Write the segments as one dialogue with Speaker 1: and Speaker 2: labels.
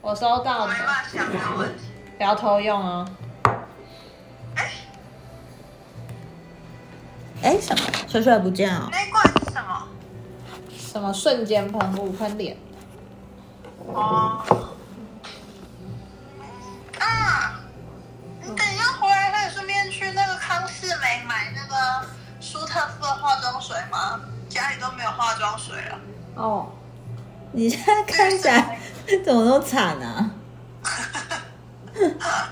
Speaker 1: 我收到
Speaker 2: 我
Speaker 1: 的
Speaker 2: 没，办法想这个问题。
Speaker 1: 不要偷用哦。
Speaker 2: 哎，
Speaker 3: 哎，什么？水水不见哦。
Speaker 2: 那一罐是什么？
Speaker 1: 什么瞬间喷雾喷脸？
Speaker 2: 哦。啊！你等一下回来可以顺便去那个康士美买那个舒特夫的化妆水吗？家里都没有化妆水了。
Speaker 1: 哦，
Speaker 3: 你现在看起 来怎么那么惨啊？
Speaker 2: 啊！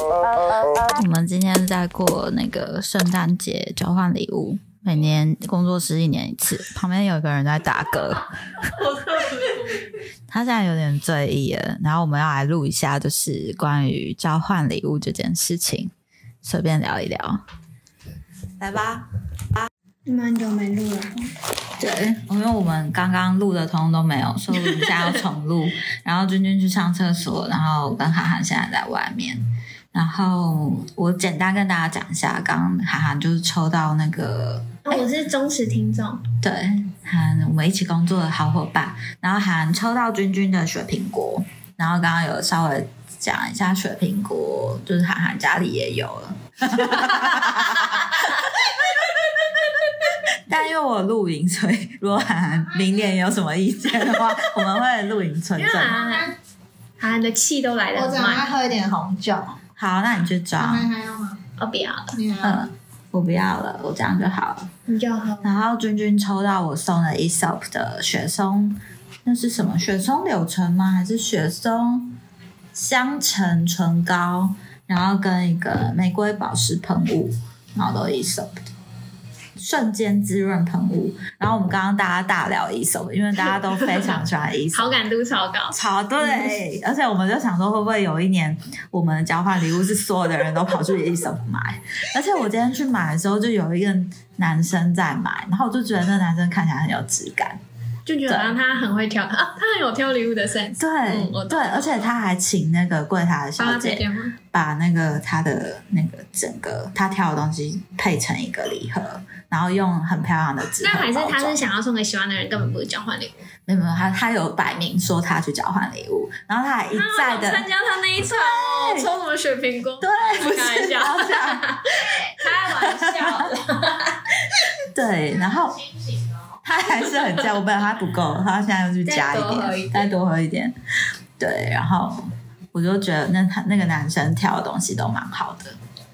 Speaker 3: 我们今天在过那个圣诞节交换礼物，每年工作室一年一次。旁边有一个人在打嗝，他现在有点醉意了。然后我们要来录一下，就是关于交换礼物这件事情，随便聊一聊。来吧，
Speaker 4: 你们很久没录了，
Speaker 3: 对，因为我们刚刚录的通通都没有，所以我们现在要重录。然后君君去上厕所，然后我跟涵涵现在在外面。然后我简单跟大家讲一下，刚刚涵涵就是抽到那个
Speaker 4: 哦、我是忠实听众，
Speaker 3: 对，涵我们一起工作的好伙伴。然后涵抽到君君的雪苹果，然后刚刚有稍微讲一下雪苹果，就是涵涵家里也有 了。但因为我有录影，所以如果涵涵明年有什么意见的话，我们会录影存
Speaker 4: 因 为
Speaker 3: 证。
Speaker 4: 涵涵涵涵的气都来
Speaker 1: 我
Speaker 4: 得
Speaker 1: 只
Speaker 4: 很
Speaker 1: 要
Speaker 4: 慢，
Speaker 1: 喝一点红酒。
Speaker 3: 好，那你去
Speaker 1: 你
Speaker 3: 抓。
Speaker 1: 们嗯还要吗？
Speaker 4: 哦不要了，
Speaker 1: 你还要
Speaker 3: 嗯，我不要了，我这样就好了。
Speaker 4: 你就喝。
Speaker 3: 然后君君抽到我送的 Esop 的雪松，那是什么？雪松柳橙吗？还是雪松香橙唇膏？然后跟一个玫瑰保湿喷雾，然后都 Esop 的。瞬间滋润喷雾，然后我们刚刚大家大聊 Esop，因为大家都非常喜欢 Esop，
Speaker 4: 好感度超高，
Speaker 3: 超
Speaker 4: 嗯
Speaker 3: 对，而且我们就想说，会不会有一年我们交换礼物是所有的人都跑去一手 买？而且我今天去买的时候，就有一个男生在买，然后我就觉得那男生看起来很有质感，
Speaker 4: 就觉得好像他很会挑啊，他很有挑礼物的 sense。
Speaker 3: 对、
Speaker 4: 嗯我懂
Speaker 3: 对，而且他还请那个柜台的
Speaker 4: 帮
Speaker 3: 小
Speaker 4: 他接
Speaker 3: 姐
Speaker 4: 电话，
Speaker 3: 把那个他的那个整个他挑的东西配成一个礼盒，然后用很漂亮的纸
Speaker 4: 但
Speaker 3: 盒
Speaker 4: 还是
Speaker 3: 包
Speaker 4: 他
Speaker 3: 装
Speaker 4: 是想要送给喜欢的人，根本不是交换礼物。
Speaker 3: 没有没有，他他有摆明说他去交换礼物，然后他还一再
Speaker 4: 啊
Speaker 3: 的、
Speaker 4: 参加他那一场哦，
Speaker 3: 对
Speaker 4: 抽什么雪苹果？
Speaker 3: 对，不
Speaker 4: 开玩
Speaker 3: 是
Speaker 4: 笑
Speaker 3: 包厢。
Speaker 4: 开玩笑的，
Speaker 3: 对，然后他还是很健，我本来他不够，他现在又去加
Speaker 4: 再多喝一
Speaker 3: 一点，
Speaker 4: 点
Speaker 3: 再多喝一点。对，然后我就觉得那他那个男生挑的东西都蛮好的，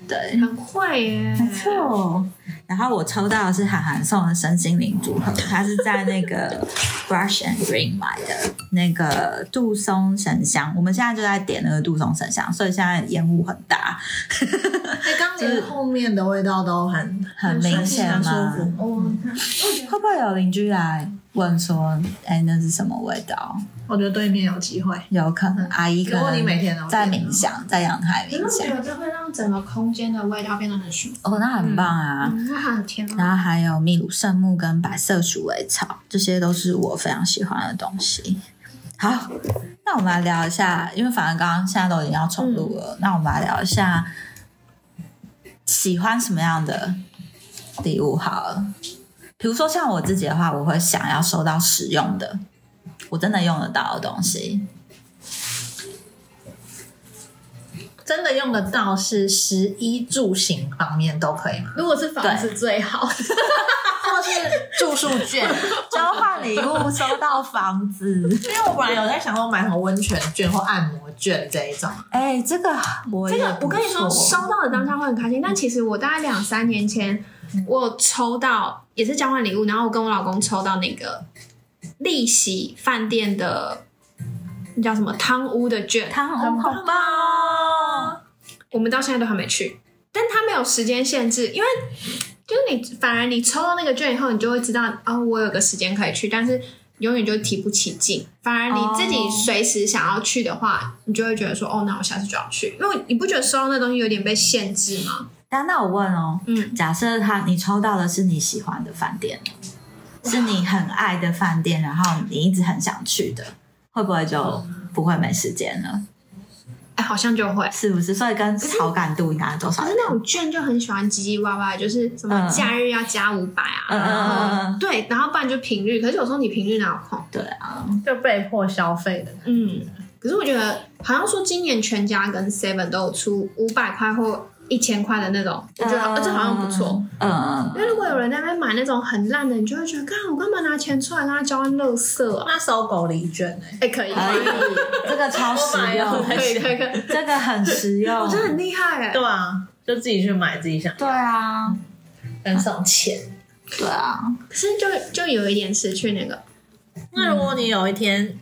Speaker 3: 对，
Speaker 4: 很会耶，
Speaker 3: 没错。然后我抽到的是韩寒送的身心灵组合，他是在那个 Brush and Green 买的那个杜松神香，我们现在就在点那个杜松神香，所以现在烟雾很大，
Speaker 1: 哎，刚连后面的味道都很
Speaker 3: 很明显
Speaker 1: 很
Speaker 3: 吗？
Speaker 1: 舒服。
Speaker 4: 哦，
Speaker 3: 会不会有邻居来问说：“哎、那是什么味道
Speaker 1: 我觉得对面有机会。？”
Speaker 3: 有可能阿姨
Speaker 1: 嗯
Speaker 3: 可
Speaker 1: 如果
Speaker 3: 能
Speaker 1: 你每天都嗯
Speaker 3: 在
Speaker 1: 点
Speaker 3: 冥想，在阳台冥想。
Speaker 4: 这会让整个空间的味道变得很舒服，嗯
Speaker 3: 哦，那很棒啊！
Speaker 4: 那很甜
Speaker 3: 然后还有秘鲁圣木跟白色鼠尾草，这些都是我非常喜欢的东西。好，那我们来聊一下，因为反正刚刚现在都已经要重录
Speaker 1: 嗯
Speaker 3: 了，那我们来聊一下喜欢什么样的礼物好了。比如说像我自己的话，我会想要收到实用的，我真的用得到的东西。
Speaker 1: 真的用得到是食衣住行方面都可以吗？
Speaker 4: 如果是房子最好，
Speaker 1: 或是住宿券？
Speaker 3: 交换礼物收到房 子，
Speaker 1: 因为我本来有在想说买什么温泉券或按摩券这一种，
Speaker 3: 哎、这个我
Speaker 4: 这
Speaker 3: 也
Speaker 4: 个我跟你说，
Speaker 3: 哎不
Speaker 4: 收
Speaker 3: 错嗯
Speaker 4: 到的当下会很开心。但其实我大概两三年前，我有抽到也是交换礼物，然后我跟我老公抽到那个利息饭店的那叫什么汤屋的券，
Speaker 3: 它很好棒哦。
Speaker 4: 我们到现在都还没去，但它没有时间限制，因为就是你反而你抽到那个券以后，你就会知道哦，我有个时间可以去，但是。永远就提不起劲，反而你自己
Speaker 3: 哦
Speaker 4: 随时想要去的话你就会觉得说，哦，那我下次就要去，因为你不觉得收到那东西有点被限制吗？
Speaker 3: 但那我问哦，
Speaker 4: 嗯
Speaker 3: 假设他你抽到的是你喜欢的饭店，是你很爱的饭店，然后你一直很想去的，会不会就不会没时间了？
Speaker 4: 哎，好像就会。
Speaker 3: 是不是？所以跟好感度你拿了多少
Speaker 4: 可
Speaker 3: 人？
Speaker 4: 是那种券就很喜欢唧唧歪歪，就是什么
Speaker 3: 嗯
Speaker 4: 假日要加五百啊，
Speaker 3: 嗯嗯嗯嗯
Speaker 4: 然
Speaker 3: 嗯
Speaker 4: 后对，然后不然就平日。可是有时候你平日哪有空？
Speaker 3: 对啊，
Speaker 1: 就被迫消费的。
Speaker 4: 嗯，可是我觉得好像说今年全家跟 Seven 都有出五百块或一千块的那种，我觉得、呃这好像不错。。
Speaker 3: 嗯嗯
Speaker 4: 因为如果有人在那边买那种很烂的，你就会觉得，干我干嘛拿钱出来让他交换垃圾啊？
Speaker 1: 那收狗礼券哎、
Speaker 4: 哎、可以，
Speaker 3: 可以，这个超实用，
Speaker 4: 可以，可以，可以，
Speaker 3: 这个很实用。
Speaker 4: 我觉得很厉害哎、
Speaker 1: 对啊，就自己去买自己想
Speaker 3: 对啊，
Speaker 1: 跟上钱。
Speaker 3: 对啊，
Speaker 4: 可是就就有一点失去那个，
Speaker 1: 那如果你有一天，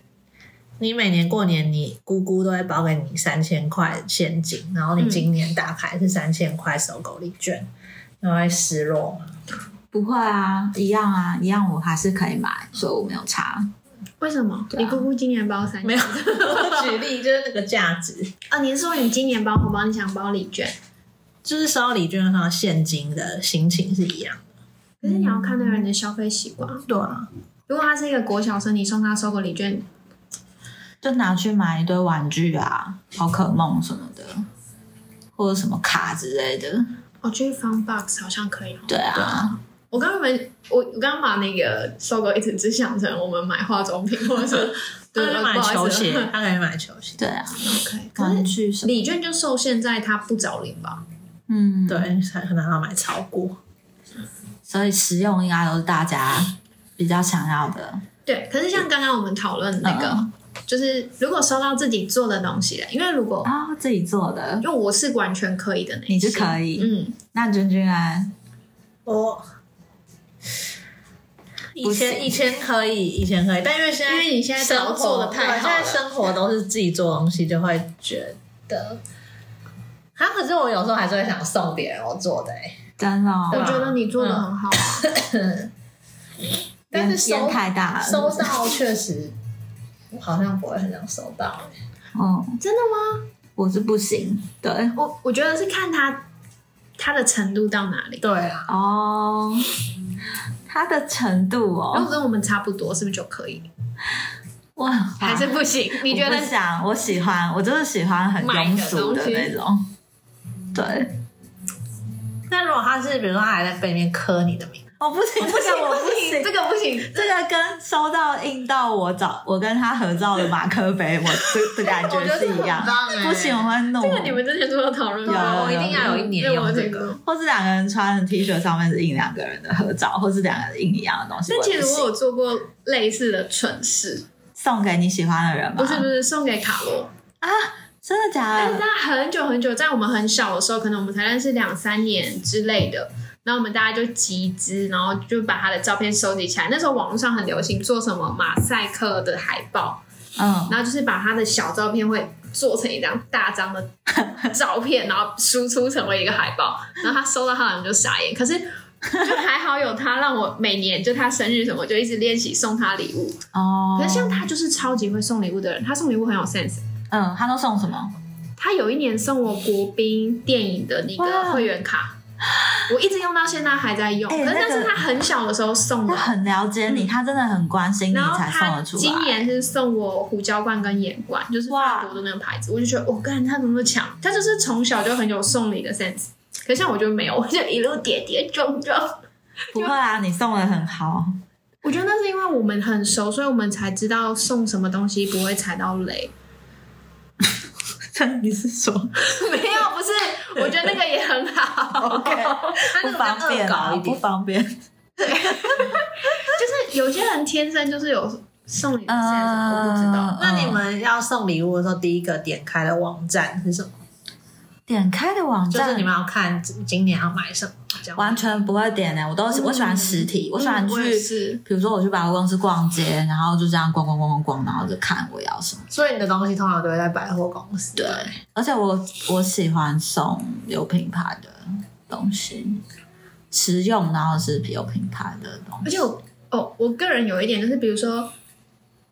Speaker 1: 你每年过年，你姑姑都会包给你三千块现金，然后你今年打牌是三千块收狗礼券，你会失落 吗？
Speaker 3: 不会啊，一样啊，一样，我还是可以买，所以我没有差。
Speaker 4: 为什么？
Speaker 3: 对啊
Speaker 4: 你姑姑今年包三千
Speaker 1: 没有，我举例就是那个价值，
Speaker 4: 啊？你是说你今年包红包，你想包礼券？
Speaker 1: 就是收礼券和现金的心情是一样的。
Speaker 4: 可是你要看那个人的消费习惯。
Speaker 1: 对啊，
Speaker 4: 如果他是一个国小生，你送他收个礼券，
Speaker 3: 就拿去买一堆玩具啊，宝可梦什么的，或者什么卡之类的。
Speaker 4: 我觉得 Fun 哦 Box 好像可以哦。
Speaker 3: 对啊，
Speaker 4: 我刚刚们，我我刚刚把那个收购一直只想成我们买化妆品，或 者是
Speaker 1: 他可以买球鞋，
Speaker 4: o
Speaker 1: 他可以买球鞋。
Speaker 3: 对啊，
Speaker 4: k 可
Speaker 3: 玩
Speaker 4: 是
Speaker 3: 具什么？
Speaker 4: 礼券就受限在他不找零吧？
Speaker 3: 嗯，
Speaker 1: 对，才可能要买超过。
Speaker 3: 所以实用应该都是大家比较想要的。
Speaker 4: 对，可是像刚刚我们讨论那个，
Speaker 3: 嗯
Speaker 4: 就是如果收到自己做的东西了，因为如果、
Speaker 3: 啊、自己做的
Speaker 4: 因，为我是完全可以的那一
Speaker 3: 你是
Speaker 4: 些
Speaker 3: 可以
Speaker 4: 嗯，
Speaker 3: 那君君啊，
Speaker 1: 我以
Speaker 3: 不行
Speaker 1: 前以前可以，以前可以，但因为现在
Speaker 4: 因为你现在
Speaker 1: 生活
Speaker 4: 都做得太好了
Speaker 1: 对现在生活都是自己做东西，就会觉得。啊！可是我有时候还是会想送别人我做的、欸，
Speaker 3: 真的、
Speaker 4: 我
Speaker 3: 哦，
Speaker 4: 觉得你做的很好啊、
Speaker 1: 但是
Speaker 3: 烟
Speaker 1: 收
Speaker 3: 烟太大了。
Speaker 1: 收到确实，我好像不会很想收到、欸
Speaker 3: 嗯，
Speaker 4: 真的吗？
Speaker 3: 我是不行。对，
Speaker 4: 我我觉得是看他他的程度到哪里。
Speaker 1: 对啊，
Speaker 3: 哦，它的程度
Speaker 4: 如
Speaker 3: 哦，
Speaker 4: 果跟我们差不多，是不是就可以？
Speaker 3: 哇，
Speaker 4: 还是不行？你觉
Speaker 3: 哦我
Speaker 4: 得
Speaker 3: 不？想？我喜欢，我就是喜欢很庸俗的那种。对，
Speaker 1: 那如果他是，比如说他还在背面磕你的 名，
Speaker 3: 我不行，不行，我不行。
Speaker 4: 这个不行，
Speaker 3: 这个跟收到印到我找我跟他合照的马克杯， 我这的感
Speaker 1: 我觉得
Speaker 3: 是一样
Speaker 1: 很。棒欸
Speaker 3: 不行，我会怒。
Speaker 4: 这个你们之前都有讨论过，
Speaker 3: 有
Speaker 1: 我一定要有一年
Speaker 4: 对我
Speaker 1: 用这
Speaker 4: 听
Speaker 1: 个
Speaker 4: 过。。
Speaker 3: 或是两个人穿的 T 恤上面是印两个人的合照，或是两个人印一样的东西。
Speaker 4: 但其
Speaker 3: 也
Speaker 4: 实
Speaker 3: 不行
Speaker 4: 我有做过类似的蠢事，
Speaker 3: 送给你喜欢的人吗？
Speaker 4: 不是不是送给卡罗，
Speaker 3: 啊，真的假
Speaker 4: 但是
Speaker 3: 的？
Speaker 4: 他很久很久，在我们很小的时候，可能我们才认识两三年之类的，然后我们大家就集资，然后就把他的照片收集起来。那时候网络上很流行做什么马赛克的海报，
Speaker 3: 嗯，
Speaker 4: 然后就是把他的小照片会做成一张大张的照片，然后输出成为一个海报，然后他收到他好像就傻眼，可是。就还好有他让我每年就他生日什么，我就一直练习送他礼物。
Speaker 3: 哦，
Speaker 4: 可是像他就是超级会送礼物的人，他送礼物很有 sense。
Speaker 3: 嗯，他都送什么？
Speaker 4: 他有一年送我国宾电影的那
Speaker 3: 哇
Speaker 4: 个会员卡，我一直用到现在还在用。
Speaker 3: 哎
Speaker 4: 可是那
Speaker 3: 那
Speaker 4: 是
Speaker 3: 个
Speaker 4: 他很小的时候送
Speaker 3: 他
Speaker 4: 的，
Speaker 3: 很了解你，他真的很关心你
Speaker 4: 然后
Speaker 3: 才送
Speaker 4: 他
Speaker 3: 得出来。
Speaker 4: 今年是送我胡椒罐跟盐罐，就是法国的那个牌子，我就觉得我干、他怎么那么强？他就是从小就很有送礼的 sense。可像我就没有，我就一路跌跌撞撞。
Speaker 3: 不会啊，你送的很好。
Speaker 4: 我觉得那是因为我们很熟，所以我们才知道送什么东西不会踩到雷。
Speaker 3: 你是说
Speaker 4: 没有，不是，我觉得那个也很好。
Speaker 3: OK？
Speaker 1: 他
Speaker 3: 不
Speaker 1: 那个
Speaker 3: 方
Speaker 1: 比较
Speaker 3: 便
Speaker 1: 恶搞
Speaker 3: 啊
Speaker 1: 一，
Speaker 3: 不
Speaker 1: 点，
Speaker 3: 方便。
Speaker 4: 就是有些人天生就是有送礼的 sense，、
Speaker 3: 嗯，
Speaker 4: 我不知道。
Speaker 1: 那你
Speaker 3: 嗯
Speaker 1: 们要送礼物的时候，第一个点开的网站是什么？
Speaker 3: 点开的网
Speaker 1: 就
Speaker 3: 站
Speaker 1: 是你们要看今年要买什么，这样
Speaker 3: 完全不会点欸呢，我都我喜欢实体，我喜欢
Speaker 4: 嗯我也
Speaker 3: 去。
Speaker 4: 是，
Speaker 3: 比如说我去百货公司逛街，然后就这样逛逛逛逛逛，然后就看我要什么。
Speaker 1: 所以你的东西通常都会在百货公司。
Speaker 3: 对，而且我我喜欢送有品牌的东西，实用然后是有品牌的东西。
Speaker 4: 而且我哦，我个人有一点就是，比如说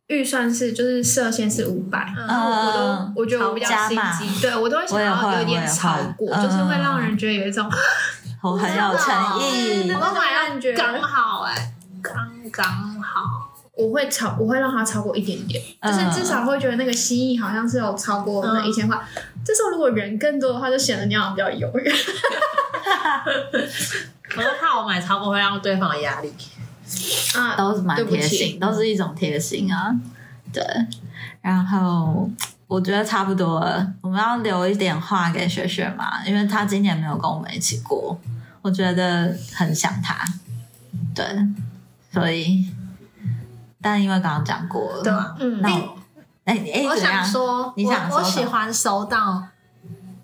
Speaker 4: 预算是就是设限是五百、
Speaker 1: 嗯
Speaker 4: 然后我都我觉得我比较
Speaker 3: 加
Speaker 4: 心
Speaker 3: 码
Speaker 4: 机，对我都会想
Speaker 3: 我也
Speaker 4: 要
Speaker 3: 会嗯
Speaker 4: 有点超过，
Speaker 3: 我也会
Speaker 4: 就是会让人觉得有一种、
Speaker 3: 我很有诚意
Speaker 1: 啊
Speaker 4: 真的
Speaker 1: 我
Speaker 4: 哦
Speaker 1: 都买到刚好哎、刚刚好。
Speaker 4: 我会超，我会让它超过一点点，
Speaker 3: 嗯
Speaker 4: 就是至少会觉得那个蜥蜴好像是有超过那一千块。这时候如果人更多的话，就显得你好像比较犹豫。
Speaker 1: 我都怕我买超过会让对方有压力。
Speaker 4: 啊，
Speaker 3: 都是蛮
Speaker 4: 对不
Speaker 3: 贴
Speaker 4: 起
Speaker 3: 心，都是一种贴心啊。对，然后我觉得差不多了，我们要留一点话给雪雪嘛，因为她今年没有跟我们一起过，我觉得很想她。对，所以，但因为刚刚讲过了，
Speaker 1: 对啊
Speaker 4: 嗯
Speaker 3: 那我哎哎，
Speaker 1: 我
Speaker 3: 怎样
Speaker 1: 想说，
Speaker 3: 你想
Speaker 1: 我我
Speaker 3: 说什
Speaker 1: 喜
Speaker 3: 么
Speaker 1: 欢收到，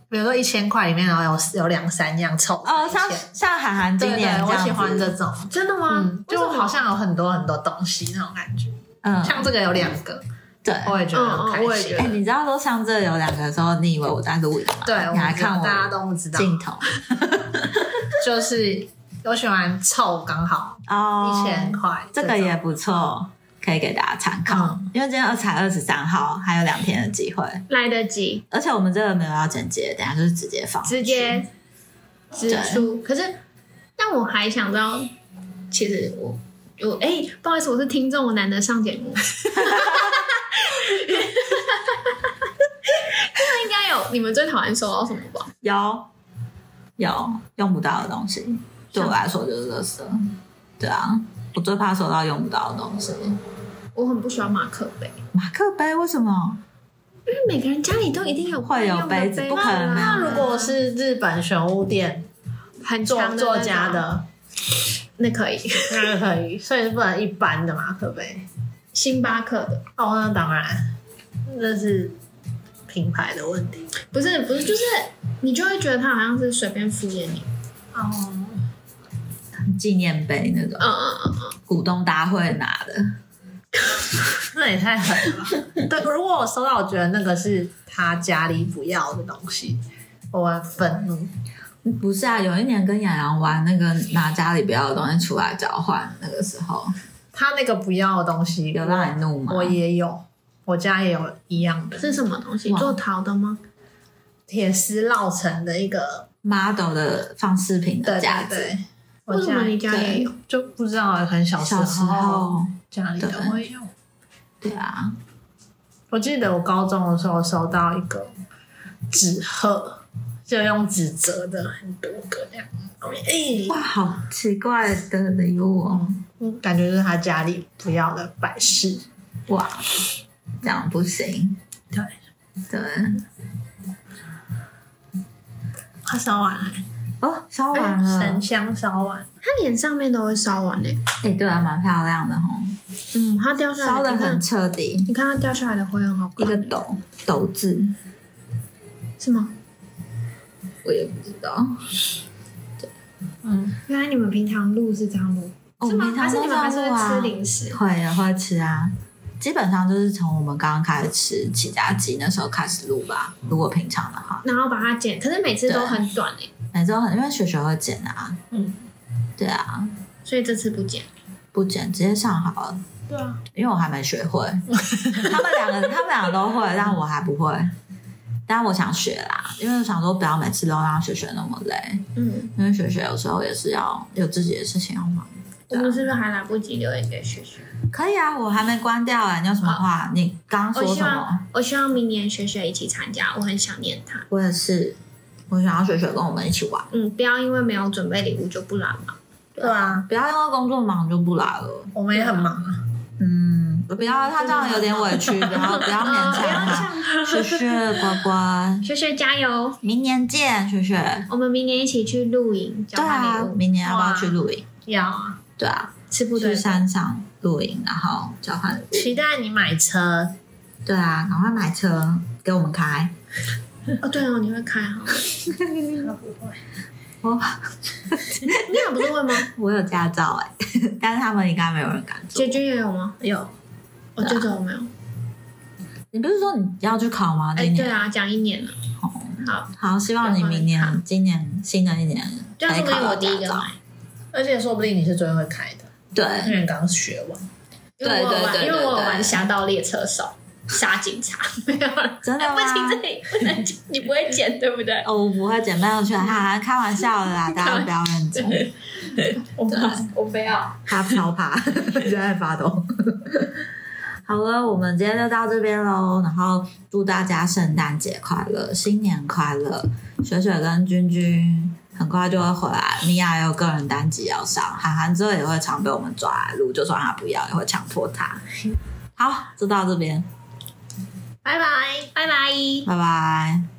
Speaker 1: 比如说一千块里面，然后有有两三样凑
Speaker 3: 哦，像
Speaker 1: 在一起
Speaker 3: 像韩寒今
Speaker 1: 对
Speaker 3: 年
Speaker 1: 对，
Speaker 3: 这
Speaker 1: 我
Speaker 3: 样
Speaker 1: 喜
Speaker 3: 子
Speaker 1: 欢这种，
Speaker 4: 真的吗？
Speaker 1: 嗯，就好像有很多很多东西那种感觉。
Speaker 3: 嗯，
Speaker 1: 像这个有两个，
Speaker 3: 对。
Speaker 1: 我也觉得很
Speaker 4: 嗯嗯我
Speaker 1: 开
Speaker 4: 也
Speaker 1: 心
Speaker 4: 觉
Speaker 3: 哎、
Speaker 4: 得。
Speaker 3: 你知道说像这有两个的时候，你以为我在录影吗？
Speaker 1: 对，我
Speaker 3: 你还
Speaker 1: 不知道
Speaker 3: 看
Speaker 1: 大家
Speaker 3: 我
Speaker 1: 都不知道，
Speaker 3: 镜头
Speaker 1: 就是我喜欢凑刚好
Speaker 3: 哦，
Speaker 1: 一千块，
Speaker 3: 这个
Speaker 1: 种
Speaker 3: 也不错，可以给大家参考。
Speaker 1: 嗯
Speaker 3: 因为今天才二十三号，还有两天的机会，
Speaker 4: 来得及，
Speaker 3: 而且我们这个没有要剪接，等一下就是直接放。
Speaker 4: 直接支出。可是，但我还想知道，其实我我哎、不好意思，我是听众，我难得上节目。 这个应该有你们最讨厌收到什么吧？
Speaker 3: 有有用不到的东西，对我来说就是垃圾。对啊，我最怕收到用不到的东西。
Speaker 4: 我很不喜欢马克杯，
Speaker 3: 马克杯为什么？
Speaker 4: 因为每个人家里都一定有
Speaker 3: 会有
Speaker 4: 惯用的
Speaker 3: 杯
Speaker 4: 杯
Speaker 3: 子不可能没
Speaker 1: 嗯
Speaker 3: 有
Speaker 1: 那如果是日本玄武店
Speaker 4: 很
Speaker 1: 作
Speaker 4: 长的
Speaker 1: 作
Speaker 4: 那
Speaker 1: 家
Speaker 4: 种，
Speaker 1: 的，
Speaker 4: 那可以，
Speaker 1: 那就可以，所以是不能一般的马克杯。
Speaker 4: 星巴克的
Speaker 1: 哦，那当然，那是品牌的问题。
Speaker 4: 不是不是，就是你就会觉得他好像是随便敷衍你。
Speaker 1: 哦，
Speaker 3: 纪念杯那种
Speaker 4: 嗯嗯嗯嗯，
Speaker 3: 股东大会拿的，
Speaker 1: 那也太狠了吧。对，如果我收到，我觉得那个是他家里不要的东西，我会愤怒。
Speaker 3: 不是啊？有一年跟洋洋玩那个拿家里不要的东西出来交换，那个时候
Speaker 1: 他那个不要的东西，
Speaker 3: 有让你怒吗？
Speaker 1: 我也有，我家也有一样的
Speaker 4: 是什么东西？
Speaker 3: 哇
Speaker 4: 做陶的吗？
Speaker 1: 铁丝烙成的一个，
Speaker 3: model 的放饰品
Speaker 1: 对
Speaker 3: 的架
Speaker 1: 对
Speaker 3: 子。
Speaker 1: 对。我
Speaker 4: 为什么你家也有？
Speaker 1: 就不知道，很
Speaker 4: 啊
Speaker 1: 小时
Speaker 3: 小时
Speaker 1: 候
Speaker 3: 候，
Speaker 1: 家里都
Speaker 3: 对
Speaker 1: 会用。
Speaker 3: 对啊，
Speaker 1: 我记得我高中的时候收到一个纸鹤，就用纸折的很多个这样。哎、
Speaker 3: 哇，好奇怪的礼物哦！
Speaker 1: 嗯感觉就是他家里不要的摆饰。
Speaker 3: 哇，这样不行。
Speaker 1: 对
Speaker 3: 对，
Speaker 1: 他烧完了，
Speaker 3: 哦，烧完
Speaker 4: 哎
Speaker 3: 了。
Speaker 1: 神香烧完，
Speaker 4: 他脸上面都会烧完嘞、
Speaker 3: 哎、对啊，蛮漂亮的哦，
Speaker 4: 嗯，它掉下来
Speaker 3: 烧的
Speaker 4: 你看
Speaker 3: 很彻底，
Speaker 4: 你看它掉下来的灰很好
Speaker 3: 一
Speaker 4: 看，
Speaker 3: 个斗斗字，
Speaker 4: 是吗？
Speaker 3: 我也不知道。
Speaker 1: 嗯，
Speaker 4: 原来你们平常录是这样录，
Speaker 3: 哦
Speaker 4: 是吗？
Speaker 3: 平常
Speaker 4: 还是
Speaker 3: 都
Speaker 4: 你们还是
Speaker 3: 这样
Speaker 4: 会吃
Speaker 3: 录啊
Speaker 4: 零食？
Speaker 3: 会啊，会吃啊。基本上就是从我们刚刚开始吃起家鸡那时候开始录吧。如果平常的话，
Speaker 4: 然后把它剪，可是每次都很短哎、
Speaker 3: 每周很因为雪雪会剪啊，
Speaker 1: 嗯，
Speaker 3: 对啊，
Speaker 4: 所以这次不剪。
Speaker 3: 不剪直接上好了。
Speaker 1: 对啊，
Speaker 3: 因为我还没学会。 他们两个，他们两个都会，但我还不会。但我想学啦，因为我想说不要每次都让学学那么累，
Speaker 4: 嗯，
Speaker 3: 因为学学有时候也是要有自己的事情要忙。
Speaker 4: 我们是不是还来不及留言给雪雪？
Speaker 3: 可以啊，我还没关掉啊，你有什么话？你刚刚
Speaker 4: 我
Speaker 3: 说
Speaker 4: 希
Speaker 3: 什么？
Speaker 4: 望我希望明年雪雪一起参加，我很想念她。
Speaker 3: 我也是，我想要学学跟我们一起玩，
Speaker 4: 嗯，不要因为没有准备礼物就不来嘛。
Speaker 1: 对啊，
Speaker 3: 不要因为工作忙就不来了。
Speaker 1: 我们也很忙啊，
Speaker 3: 嗯，不要他这样有点委屈，不要不要勉
Speaker 4: 嗯不要
Speaker 3: 强他。
Speaker 4: 像她
Speaker 3: 雪雪乖乖，
Speaker 4: 雪雪加油！
Speaker 3: 明年见，雪雪。
Speaker 4: 我们明年一起去露营，交
Speaker 3: 对啊
Speaker 4: 换礼，物，
Speaker 3: 明年要不要去
Speaker 1: 哇
Speaker 3: 露营？
Speaker 1: 要啊，
Speaker 3: 对啊，
Speaker 4: 吃不对
Speaker 3: 去。山上露营，然后交换礼物。
Speaker 1: 期待你买车，
Speaker 3: 对啊，赶快买车给我们开。
Speaker 4: 哦，对哦，你会 开哈？
Speaker 3: 我
Speaker 4: 你俩不是会吗？
Speaker 3: 我有驾照哎、 但是他们应该没有人敢坐
Speaker 4: 姐。姐也有吗？
Speaker 1: 有
Speaker 4: 我这种没有。
Speaker 3: 啊你不是说你要去考吗？
Speaker 4: 哎，
Speaker 3: 今
Speaker 4: 对
Speaker 3: 年、
Speaker 4: 啊，讲一年了。
Speaker 3: 哦
Speaker 4: 好，
Speaker 3: 好，希望你明
Speaker 4: 交换
Speaker 3: 年、今年新的一年
Speaker 4: 这样
Speaker 3: 可以
Speaker 4: 说不
Speaker 3: 考
Speaker 4: 定我
Speaker 3: 到
Speaker 4: 第
Speaker 3: 驾
Speaker 4: 一个
Speaker 3: 照。
Speaker 4: 买，
Speaker 1: 而且说不定你是最会开的，因
Speaker 3: 对，
Speaker 1: 为你刚学完。
Speaker 4: 因为我有
Speaker 3: 对对对
Speaker 4: 玩，
Speaker 3: 对
Speaker 4: 因为我有玩
Speaker 3: 对
Speaker 4: 《侠盗猎车手》杀警察，没有了。
Speaker 3: 真的
Speaker 4: 哎
Speaker 3: 吗
Speaker 4: 不行，这里不能剪，你不会剪对不对？
Speaker 3: 哦，我不会剪半圈，哈哈，开玩笑的啦，大家不要认真。
Speaker 4: 我不我不要。
Speaker 3: 他超怕，现在发抖。好了，我们今天就到这边喽。然后祝大家圣诞节快乐，新年快乐！水水跟君君很快就会回来，米娅也有个人单集要上，涵涵之后也会常被我们抓来录，就算他不要，也会强迫他。好，就到这边，
Speaker 1: 拜拜，拜拜。
Speaker 3: 拜拜。